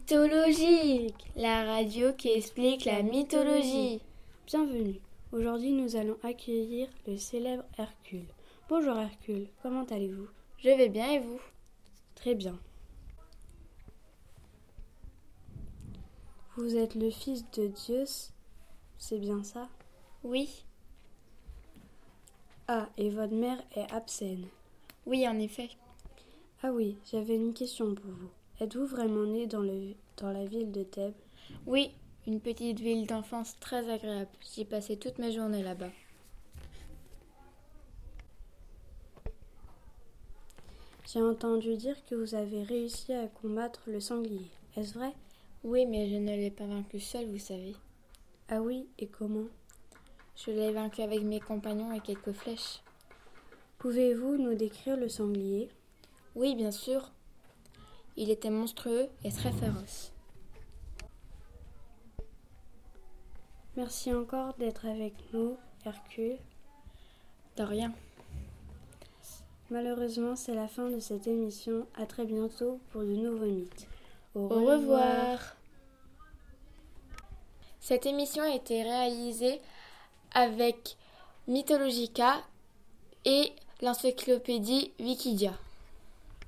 Mythologique, la radio qui explique la mythologie. Bienvenue. Aujourd'hui, nous allons accueillir le célèbre Hercule. Bonjour Hercule, comment allez-vous Je vais bien et vous Très bien. Vous êtes le fils de Zeus, c'est bien ça Oui, Ah, et votre mère est Absène. oui en effet. Ah oui, j'avais une question pour vous. Êtes-vous vraiment né dans, le, dans la ville de Thèbes Oui, une petite ville d'enfance très agréable. J'y passais toute ma journée là-bas. J'ai entendu dire que vous avez réussi à combattre le sanglier. Est-ce vrai Oui, mais je ne l'ai pas vaincu seul, vous savez. Ah oui, et comment Je l'ai vaincu avec mes compagnons et quelques flèches. Pouvez-vous nous décrire le sanglier Oui, bien sûr. Il était monstrueux et très féroce. Merci encore d'être avec nous, Hercule. De rien. Malheureusement, c'est la fin de cette émission. À très bientôt pour de nouveaux mythes. Au revoir. Cette émission a été réalisée avec Mythologica et l'encyclopédie Wikidia.